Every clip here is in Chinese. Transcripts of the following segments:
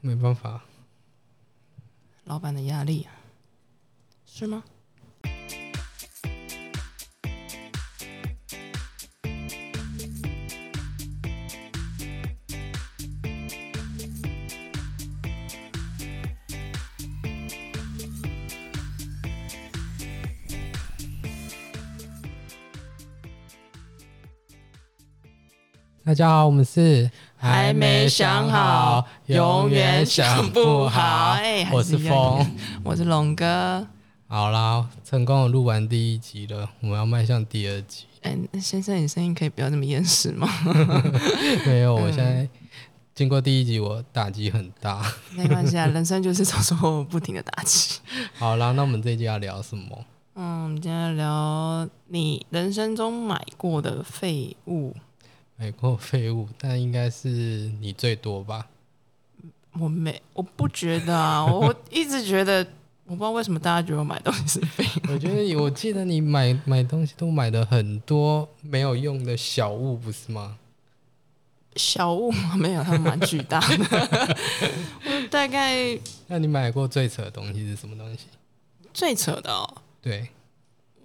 没办法，老板的压力啊，是吗？大家好，我们是还没想好永远想不好哎还我是是一样风。我是龙哥。好啦，成功的录完第一集了，我们要迈向第二 集。哎、先生，你声音可以不要那么厌世 吗？没有，我现在经过第一集，我打击很大。没关系啊，人生就是遭受不停的打击。好啦，那我们这一集要聊什么？嗯，我们今天聊你人生中买过的废物。买过废物，但应该是你最多吧？我没，我不觉得啊，我一直觉得，我不知道为什么大家觉得我买东西是废物。我觉得你，我记得你买 买东西都买的很多没有用的小物，不是吗？小物吗没有，他们蛮巨大的。 我大概那你买过最扯的东西是什么东西？最扯的哦，对，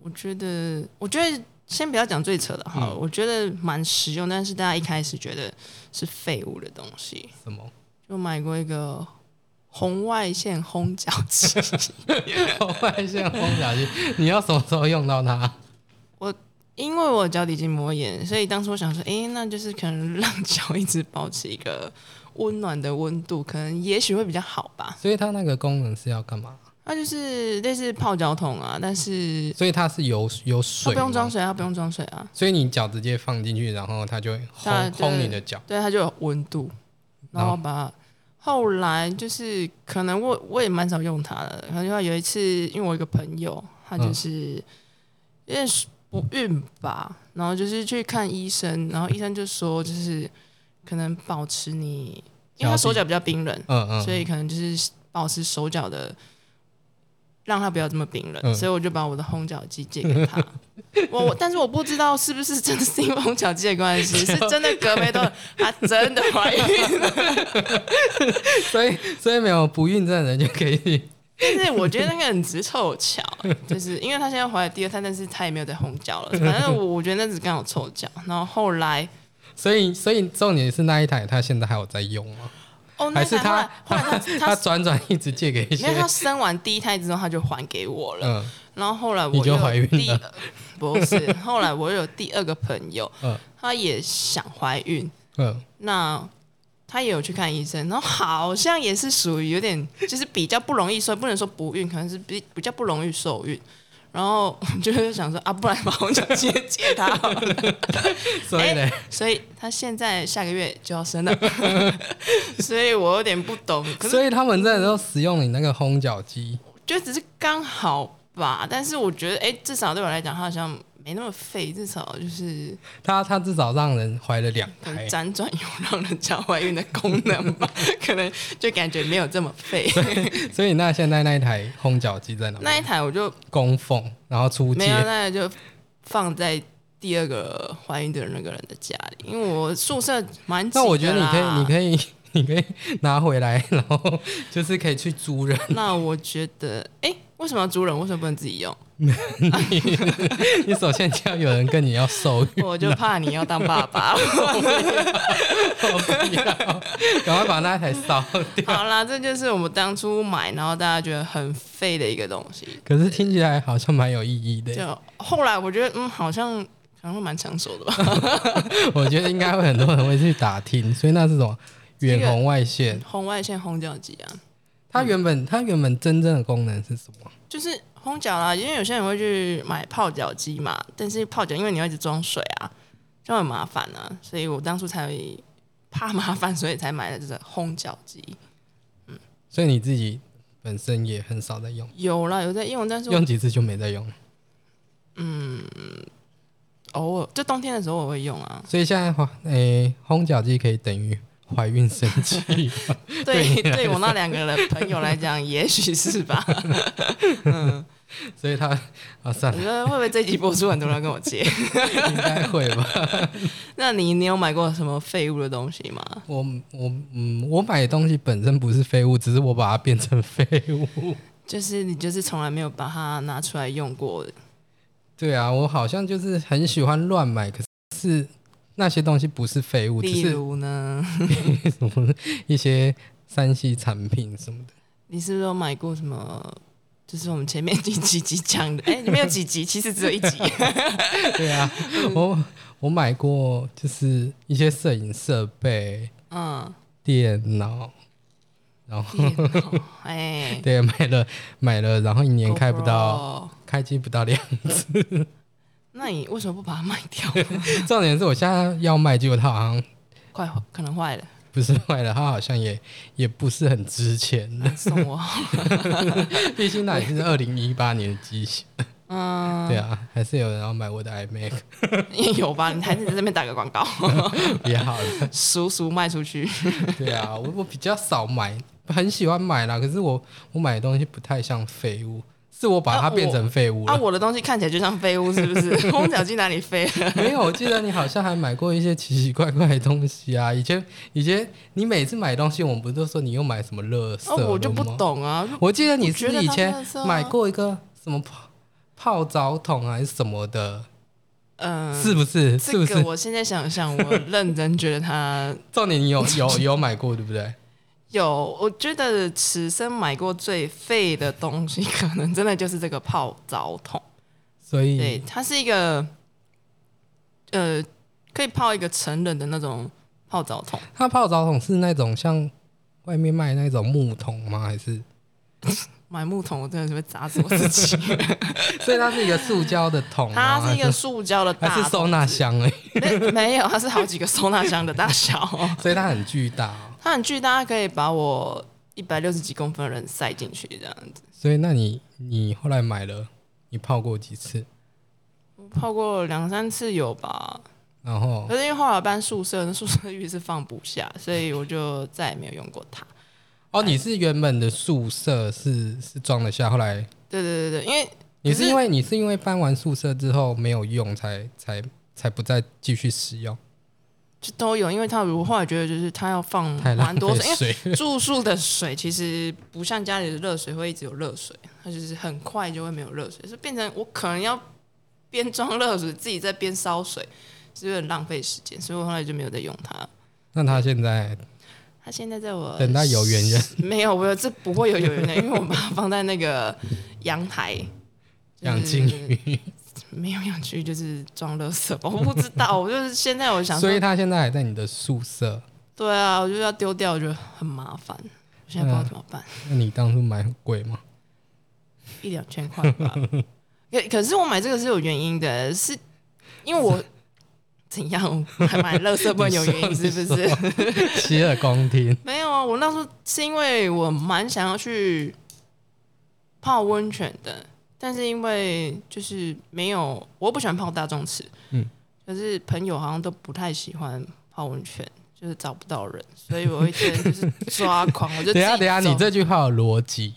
我觉得，我觉得先不要讲最扯的好了，我觉得蛮实用，但是大家一开始觉得是废物的东西，什么？就买过一个红外线烘脚机， 红 外线烘脚机，你要什么时候用到它？因为我有脚底筋膜炎，所以当时我想说，诶，那就是可能让脚一直保持一个温暖的温度，可能也许会比较好吧。所以它那个功能是要干嘛？它就是类似泡脚桶啊，但是所以它是有有它水，不用装，水啊，它不用装水啊，所以你脚直接放进去，然后它就会烘它啊对烘你的脚。对，它就有温度，然后把它。后来就是可能我我也蛮少用它的，然后有一次，因为我有一个朋友，他就是、因为是不孕吧，然后就是去看医生，然后医生就说就是可能保持你，因为他脚底手脚比较冰冷，嗯嗯，所以可能就是保持手脚的，让它不要这么冰冷，嗯所以我就把我的烘脚机借给他。 我我但是我不知道是不是真的是因为烘脚机的 关系，是真的隔没多久，她真的怀孕了。所以所以没有不孕症的人就可以。但是我觉得那个人只是凑巧，就是因为她现在怀了第二胎，但是她也没有在烘脚了。反正我我觉得那只刚好凑巧。然后后来所以所以重点是那一台，它现在还有在用吗？哦，那还是台它后来后来她它她转转一直借给一因为些她生完第一胎之后，她就还给我了。嗯然后后来我你就又怀孕第了二，不是， 后来我又有第二个朋友，嗯她也想怀孕，嗯，那她也有去看医生，然后好像也是属于有点就是比较不容易受，不能说不孕，可能是比比较不容易受孕。然后我就是想说啊，不然把红酒借借她 好了，所以呢，所以她现在下个月就要生了， 所以我有点不懂，可是所以他们真的都使用你那个烘脚机。就只是刚好吧。但是我觉得，哎、至少对我来讲，她好像没那么废，至少就是它它至少让人怀了两可能胎，辗转有让人家怀孕的功能 吧，可能就感觉没有这么废。所以那现在那一台烘脚机在哪？那一台我就供奉，然后出没有，街，那就放在第二个怀孕的那个人的家里，因为我宿舍蛮 那我觉得你可以，你以，可以， 你可以拿回来，然后就是可以去租人。 那我觉得，哎、为什么要租人？为什么不能自 己用？你首先就要有人跟你要收育，我就怕你要当爸 爸。我不要赶快把那台烧掉。好啦，这就是我们当初买，然后大家觉得很废的一个东西。可是听起来好像蛮有意义的，就后来我觉得，嗯，好像可能会蛮抢手的吧。我觉得应该会很多人会去打听，所以那是什么远红外线？红外线烘脚机啊，它原本它原本真正的功能是什么？就是烘脚啦，因为有些人会去买泡脚机嘛，但是泡脚因为你要一直装水啊，就很麻烦啊，所以我当初才怕麻烦，所以才买了这个烘脚机。所以你自己本身也很少在用，有啦，有在用，但是我用几次就没在用。偶尔就冬天的时候我会用 啊。所以现在话，诶、烘脚机可以等于怀孕生气。 对，对我那两个人朋友来讲，也许是吧。嗯，所以他啊，算我了，觉得会不会这一集播出很多人跟我借？ 应该会吧。那你你有买过什么废物的东西吗？我我嗯，我买的东西本身不是废物，只是我把它变成废物。 就是你就是从来没有把它拿出来用过的，对啊，我好像就是很喜欢乱买，可是那些东西不是废物，只例是如呢，什么一些三 C 产品什么的。 你是不是有买过什么？就是我们前面几集集讲的，哎、 你们有几集？其实只有一集。 对啊，我我买过就是一些摄影设备、嗯，电脑，然后，电脑哎对买了买了，然后一年开不到， GoPro。开机不到两次。那你为什么不把它卖掉？ 重点是我现在要卖，结果它好像快坏可能坏了，不是卖了，它好像也也不是很值钱。 送我。 毕竟那也是二零一八年的机型，嗯，对啊，还是有人要买我的 iMac， 有吧？你还是在这边打个广告， 也好了。叔叔卖出去。对啊，我我比较少买，很喜欢买啦，可是我我买的东西不太像废物，是我把它变成废物了。啊，我的东西看起来就像废物，是不 是？空调机哪里飞了？没有，我记得你好像还买过一些奇奇怪怪的东西啊。以前以前你每次买东西，我们不是都说你又买什么乐色、哦，我就不。懂啊， 我记得你我是觉得以它前垃圾啊买过一个什么泡泡澡桶还是什么的，嗯，是不是？是不这个是？我现在想想，我认真觉得它重点你 有有有买过对不对？有，我觉得此生买过最废的东西，可能真的就是这个泡澡桶。所对，以它是一个呃，可以泡一个成人的那种泡澡桶，它泡澡桶是那种像外面卖那种木桶吗？还 是？买木桶，我真的是会砸死我自 己。 所以它是一个塑胶的桶吗？它是一个塑胶的还是还大是收纳箱哎、 没没有，它是好几个收纳箱的大小， 所以它很巨大、哦。它很巨大，它可以把我一百六十几公分的人塞进去这样子。所以那你你后来买了，你泡过几次？我泡过两三次有吧，然后可是因为后来搬宿舍，那宿舍浴是放不下，所以我就再也没有用过它。 哦，你是原本的宿舍是是装得下，后来对对对对，因为你可是是因为你是因为搬完宿舍之后没有用才，才才不再继续使用，就都有，因为它我后来觉得就是它要放太浪嗯蛮多水，因费为水。 住宿的水其实不像家里的热水会一直有热水，它就是很快就会没有热水，所以变成我可能要边装热水自己在边烧水，是有点浪费时间，所以我后来就没有再用它。那他现在它现在在我等到有缘人，没有，我有这不会有有缘人，因为我把它放在那个 阳台养金鱼。没有养金鱼就是装垃圾吧， 我不知 道，我就是现在我想说所以，他现在还在你的宿舍。对啊，我就要丢掉，我觉得很麻烦，我现在不知道怎么办。那你当初买很贵 吗？一两千块 吧。可可是我买这个是有原因的，是因为我 怎样还买乐色不能有原因是不是？洗耳恭听。没有啊，我那时候是因为我蛮想要去泡温泉的，但是因为就是没有，我又不喜欢泡大众池，嗯，可是朋友好像都不太喜欢泡温泉。就是找不到人，所以我一天就是抓狂，我就 等一下自己等一下，走你这句话有逻辑，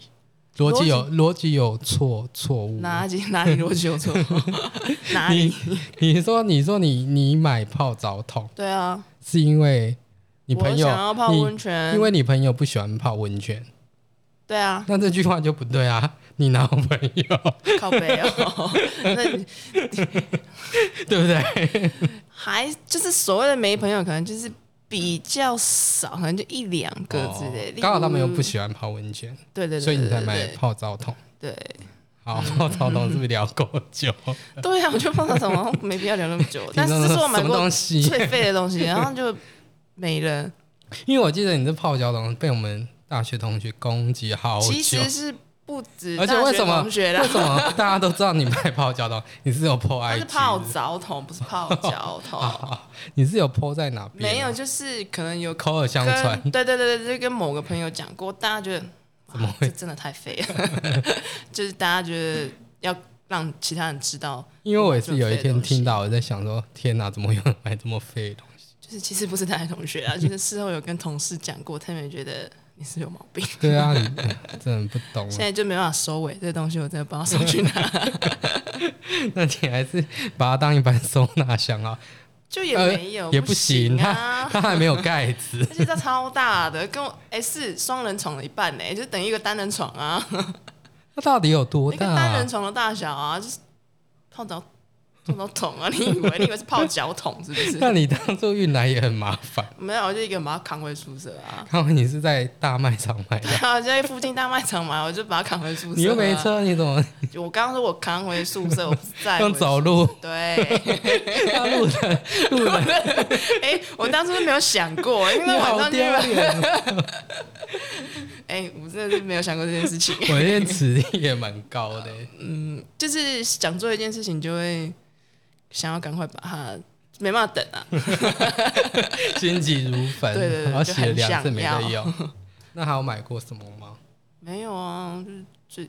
逻辑有逻辑有错错误。哪里哪里逻 辑有错？哪里你？ 你说你说你你买泡澡桶对啊，是因为你朋友我想要泡温泉，你因为你朋友不喜欢泡温泉，对啊，那这句话就不对啊！你哪有朋友，靠北 哦，那对不对？还就是所谓的没朋友，可能就是比较少，可能就一两个之类。哦例如刚好他们又不喜欢泡温泉，嗯对对对，所以你才买对嗯泡澡桶。对好，泡澡桶是不是聊够久？对对啊，我就碰到什么没必要聊那么久，但你说是这是我买什么过东西？最废的东西，然后就没了。因为我记得你这泡脚桶被我们大学同学攻击 好久。其实是不止，而且为什么 同为学啦？什么大家都知道你卖泡脚桶？你是有破它爱是泡澡桶，不是泡脚 桶。啊？你是有泼在哪边？啊没有，，就是可能有口耳相传。 跟对对对对，就跟某个朋友讲过，大家 觉得怎么会、这真的太废了？ 就是大家觉得要让其他人知道，因为我也是有一天听到，我在想说，天哪，怎么有人买这么废的东西？就是其实不是大学同学啊，就是事后有跟同事讲过，他们也觉得你是有毛病。对啊，你真的很不懂啊。现在就没办法收尾，这东西我真的不知道送去 哪，那你还是把它当一般收纳箱啊，就也没有，呃也不行它 啊。它还没有盖子 。而且它超大的，跟我 S 双人床的一半呢、就等于一个单人床啊，它到底有多一个大、单人啊？床的大小啊，就是泡澡泡澡桶啊，你以为你以为是泡脚桶是不 那是？ 你当初运来也很麻烦。没有，我就一个人把它扛回宿舍啊。 看完你是在大卖场买的，然后在附近大卖场买，我就把它扛回宿舍、啊。你又没车，你怎 么我刚刚说我扛回宿舍，我不是在用走路？对，他路的路人，哎、我当初没有想过，你因为晚好上就丢脸 哦！哎、我真的是没有想过这件事情。我这实力也蛮高的欸，嗯，就是想做一件事情，就会想要赶快把它，没办法等啊。心急如焚，对对对然后写了两次没就很得想用。 那还有买过什么吗？没有啊，就是最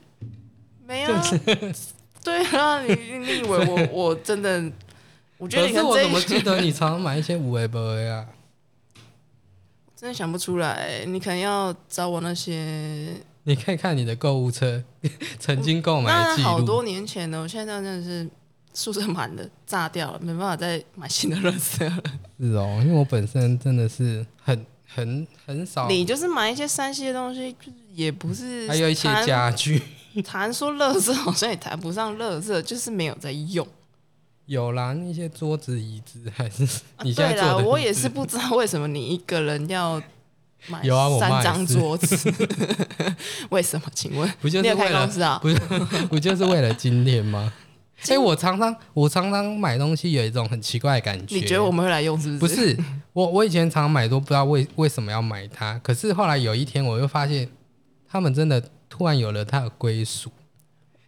没有、啊。 对啊，你你你以为我我真的？我觉得可你是看我这怎一么记 得你常买一些五 A 八 A 啊？真的想不出来，你可能要找我那些你可以看你的购物车曾经购买那的记好录。多年前呢，我现在真的是宿舍满的炸掉了，没办法再买新的垃圾了。是哦，因为我本身真的是很很很少，你就是买一些山西的东西，就是也不是嗯还有一些谈家具谈说垃圾，好像也谈不上垃圾，就是没有在用。有啦，那些桌子椅子还是 啊你现在对啦，坐的椅子。我也是不知道为什么你一个人要买有啊我妈三也张是桌 子，为什么？请问不就是你有为开了公司啊？不是不就是为了今天吗？所以我常常我常常买东西有一种很奇怪的感觉。你觉得我们会来用是不是？是？我我以前常买都不知道为为什么要买它，可是后来有一天我又发现，他们真的突然有了它的归属。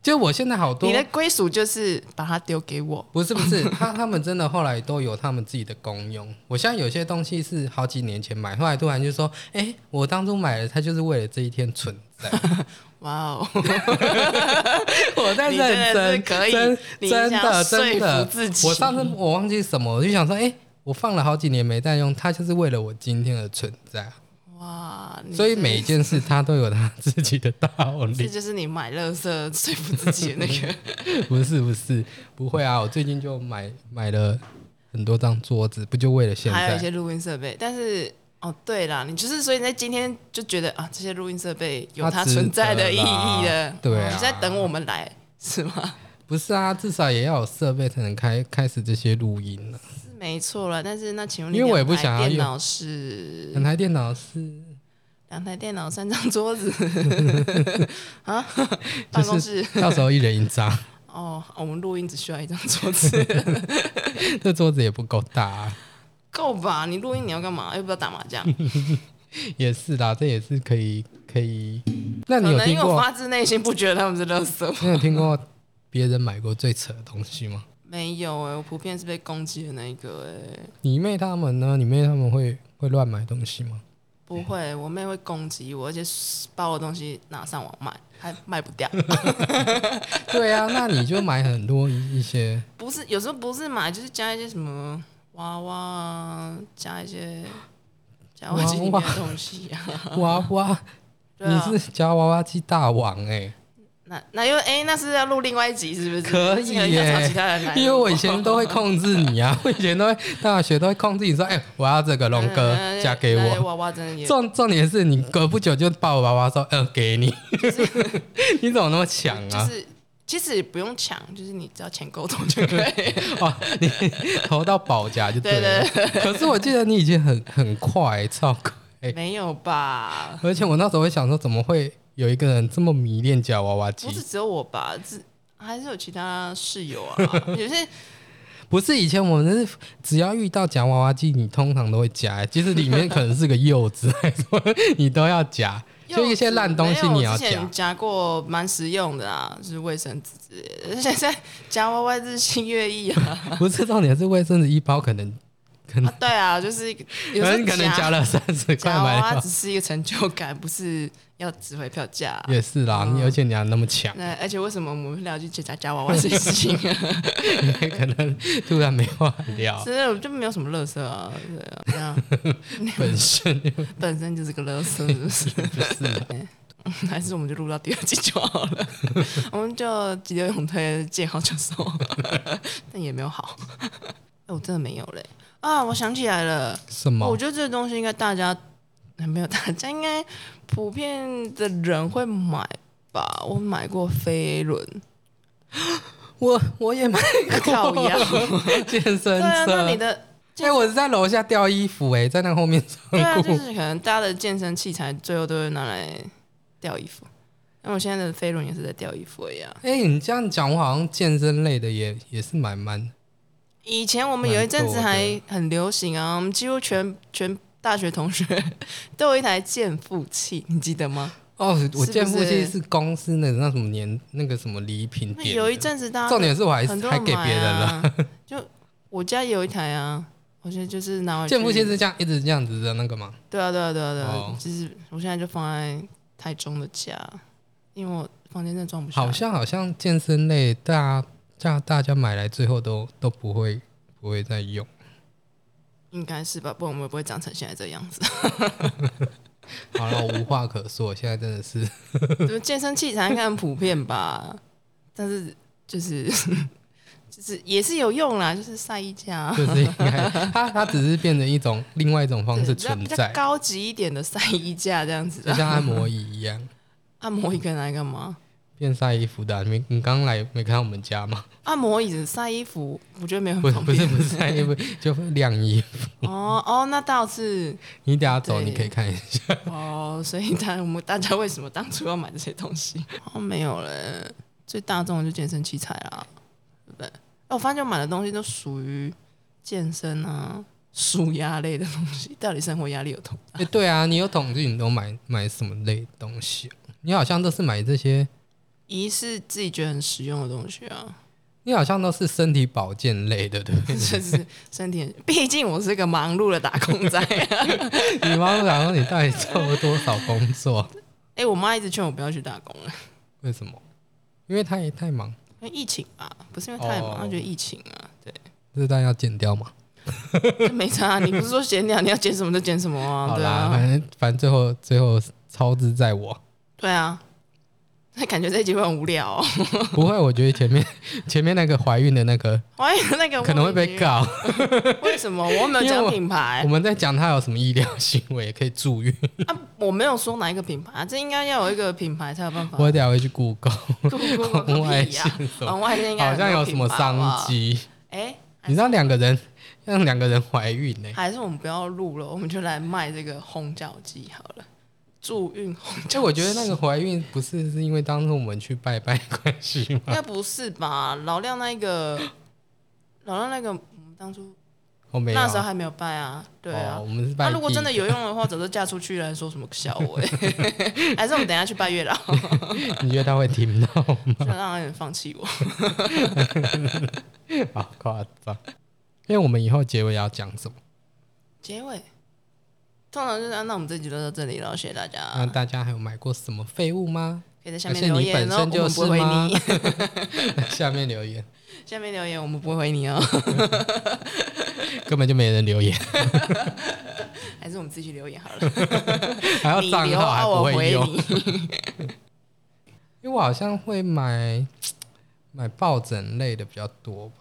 就我现在好多你的归属就是把它丢给我，不是不是，他他们真的后来都有他们自己的功用。 我现在有些东西是好几年前买，后来突然就说，哎、我当初买了它就是为了这一天存在。 哇哦！我在你真认的是真，可以真你真想要的说真的服自己我上次我忘记什么，我就想说，哎、我放了好几年没再用，它就是为了我今天的存在。哇，你所以这每一件事它都有它自己的道这 理。就是你买乐色说服自己的那个。不是不是，不会啊，我最近就买买了很多张桌子，不就为了现还有在？一些录音设备，但是哦，对啦，你就是所以你在今天就觉得啊，这些录音设备有它它值得存在的意义的啦，对啊哦你是在等我们来 是吗？不是啊，至少也要有设备才能开开始这些录音呢、啊。是没错了，但是那请问你因为我也不两台想要电用脑是两台电脑是 两台电脑三张桌子啊，办公室、到时候一人一张， 哦，我们录音只需要一张桌子，这桌子也不够大、啊。够吧？你录音你要干嘛？又不要打麻将？也是啦，这也是可以可以。那可你有能因听为我过？发自内心不觉得他们是垃圾。 你有听过别人买过最扯的东西吗？没有哎、我普遍是被攻击的那一个哎、你妹他们呢？你妹他们会会乱买东西吗？不会，我妹会攻击我，而且把我东西拿上网卖，还卖不掉。 对啊，那你就买很多一一 些不是，有时候不是买，就是加一些什么娃娃啊，加一些加娃娃机里面的东西啊。娃娃。对啊，你是夹娃娃机大王哎、那那又哎、那是要录另外一集是不是？可以这个要找耶其他 人来录。因为我以前都会控制你啊，我以前都会大学都会控制你说，哎、我要这个龙哥嗯嫁给那些我。娃娃真的也重重点是你隔不久就抱我娃娃说，嗯、给你。 你怎么那么强就啊？是。其实也不用抢，就是你只要钱够多就可以。哦，你投到保夹就对了。对可是我记得你以前很很快、超快，对，没有吧？而且我那时候会想说，怎么会有一个人这么迷恋夹娃娃机不？是只有我吧？是还是有其他室友 啊？有些不是以前我们是只要遇到夹娃娃机，你通常都会夹，即使里面可能是个柚子，还是什么你都要 夹，就一些烂东西你要没有我之夹前。夹过蛮实用的啊，就是卫生纸 之类的。现在夹娃娃日新月异啊，不是重点是卫生纸一包可能可能啊，对啊，就是有时候可能可能加了三十块夹娃买娃了只，是一个成就感，不是要值回票价、也是啦。嗯你而且你还那么强，那而且为什么我们聊去夹夹夹娃娃这件事情、 啊？你可能突然没话聊，真的就没有什么乐色啊，对啊，这样本 身就本身就是个 乐色，是不是？不是啦。还是我们就录到第二季就好 了，我们就急流勇退，见好就 收，但也没有好。哎，我真的没有嘞啊！我想起来了，什我么？觉得这个东西应该大家哎没有大家应该普遍的人会买吧？我买过飞轮、我我也买跳过摇， 健身对啊，那你车。 的哎、我是在楼下掉衣服、哎，在那个后面对啊，仓就库。是可能大家的健身器材最后都会拿来吊衣服。那我现在的飞轮也是在吊衣服一啊样。哎、你这样讲，我好像健身类的也也是蛮蛮以前我们有一阵子还很流行啊，我们几乎全全大学同学都有一台健腹器，你记 得吗？哦。我是健腹器不是是公司那那什么年那个什么礼品那店的，有一阵子大家重点是我还很多还人给别人了。买啊。就我家也有一台啊，我现在就是拿回去健腹器是这样一直这样子的那个吗？对啊对啊对啊对啊，哦就是我现在就放在台中的家，因为我房间真的装不下。好像好像健身类大家大家买来最后都都不会不会再用。应该是吧，不然我们也不会长成现在这个样子。 好了，我无话可说，现在真的是 就健身器材应该很普遍吧，但是就是 就是也是有用啦，就是晒衣架啊，就是应该它它只是变成一种另外一种方对式比较存比较在，高级一点的晒衣架这样子就啊。像按摩椅一样。按摩椅可以拿来干嘛？变晒衣服的啊、你没你刚来没看到我们家吗？按摩椅子晒衣服，我觉得没有不很是方不是便。不是晒衣服，就晾衣服。哦哦，那倒是你等下走，对你可以看一下。哦，所以大我们大家为什么当初要买这些东西？哦，没有嘞，最大众的就健身器材啦，对不对？哎我发现我买的东西都属于健身啊、舒压类的东西，到底生活压力有多大？哎、对啊，你有统计你都买买什么类的东西啊？你好像都是买这些，一是自己觉得很实用的东西啊， 你好像都是身体保健类的，对不 对？就是身体，毕竟我是个忙碌的打工仔。你妈妈想说你到底做了多少工作？哎、我妈一直劝我不要去打工了，为什么？因为太太忙，因为疫情嘛，不是因为太忙，哦她觉得疫情啊，对，这段要剪掉嘛？就没差、啊你不是说闲聊，你要剪什么就剪什么啊，好对啦，啊。反正反正最后最后超支在我，对啊，那感觉这一集会很无聊、哦。 不会，我觉得前面前面那个怀孕的那个万一那个可能会被。告。为什么我没有因为讲我品牌我们在讲他有什么医疗行为也可以住院，啊？我没有说哪一个品牌，这应该要有一个品牌才有办法。我等下会去 Google 红外外线什么，红外线应该好像有什么商机。机。哎，你知道两个人让两个人怀孕呢、还是我们不要录了，我们就来卖这个烘脚机好了，助孕烘哎，脚。我觉得那个怀孕不是是因为当初我们去拜拜的关系吗？ 应该不是吧？老亮那一个，老亮那个，我们当初我没有啊，那时候还没有拜啊，对啊。哦我们是那、拜地。如果真的有用的话，早就嫁出去了，还说什么笑我、欸？ 还是我们等一下去拜月老，你觉得他会听到吗？ 就让人放弃我。好夸张！因为我们以后结尾要讲什么，结尾通常就是、啊、那我们这集就到这里了，谢谢大家，那、大家还有买过什么废物吗？ 可以在下啊而面且留你言，哦本然后身我们就不是会回吗你。？下面留言 下面留言我们不会回你哦，根本就没人留言，还是我们自己去留言好了。还要你账留号还啊，不我会回用。你。因为我好像会买买抱枕类的比较多吧，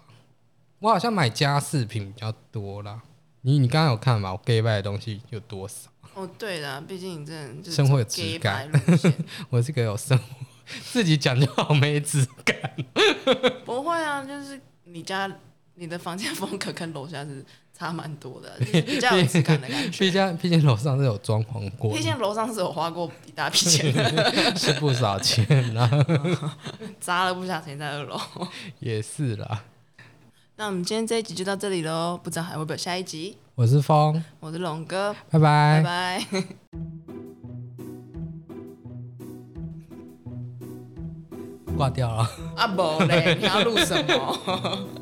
我好像买家饰品比较多啦。你你刚刚有看吧？我 gay 拜的东西有多少？哦，对啦，毕竟你真的就是生活有 gay 质感白路线，我是个有生活，自己讲就好没质感。不会啊，就是你家你的房间风格跟楼下是差蛮多的， 就是比较有质感的 感毕觉。竟毕竟楼上是有装潢过毕的，竟楼上是有花过一大笔钱的， 是不少钱啊啦，砸了不少钱在二楼。也是啦。 那我们今天这一集就到这里喽，不知道还会不会有下一集？我是风，我是龙哥，拜拜拜。拜。 挂掉了。啊，不嘞，你要录什么？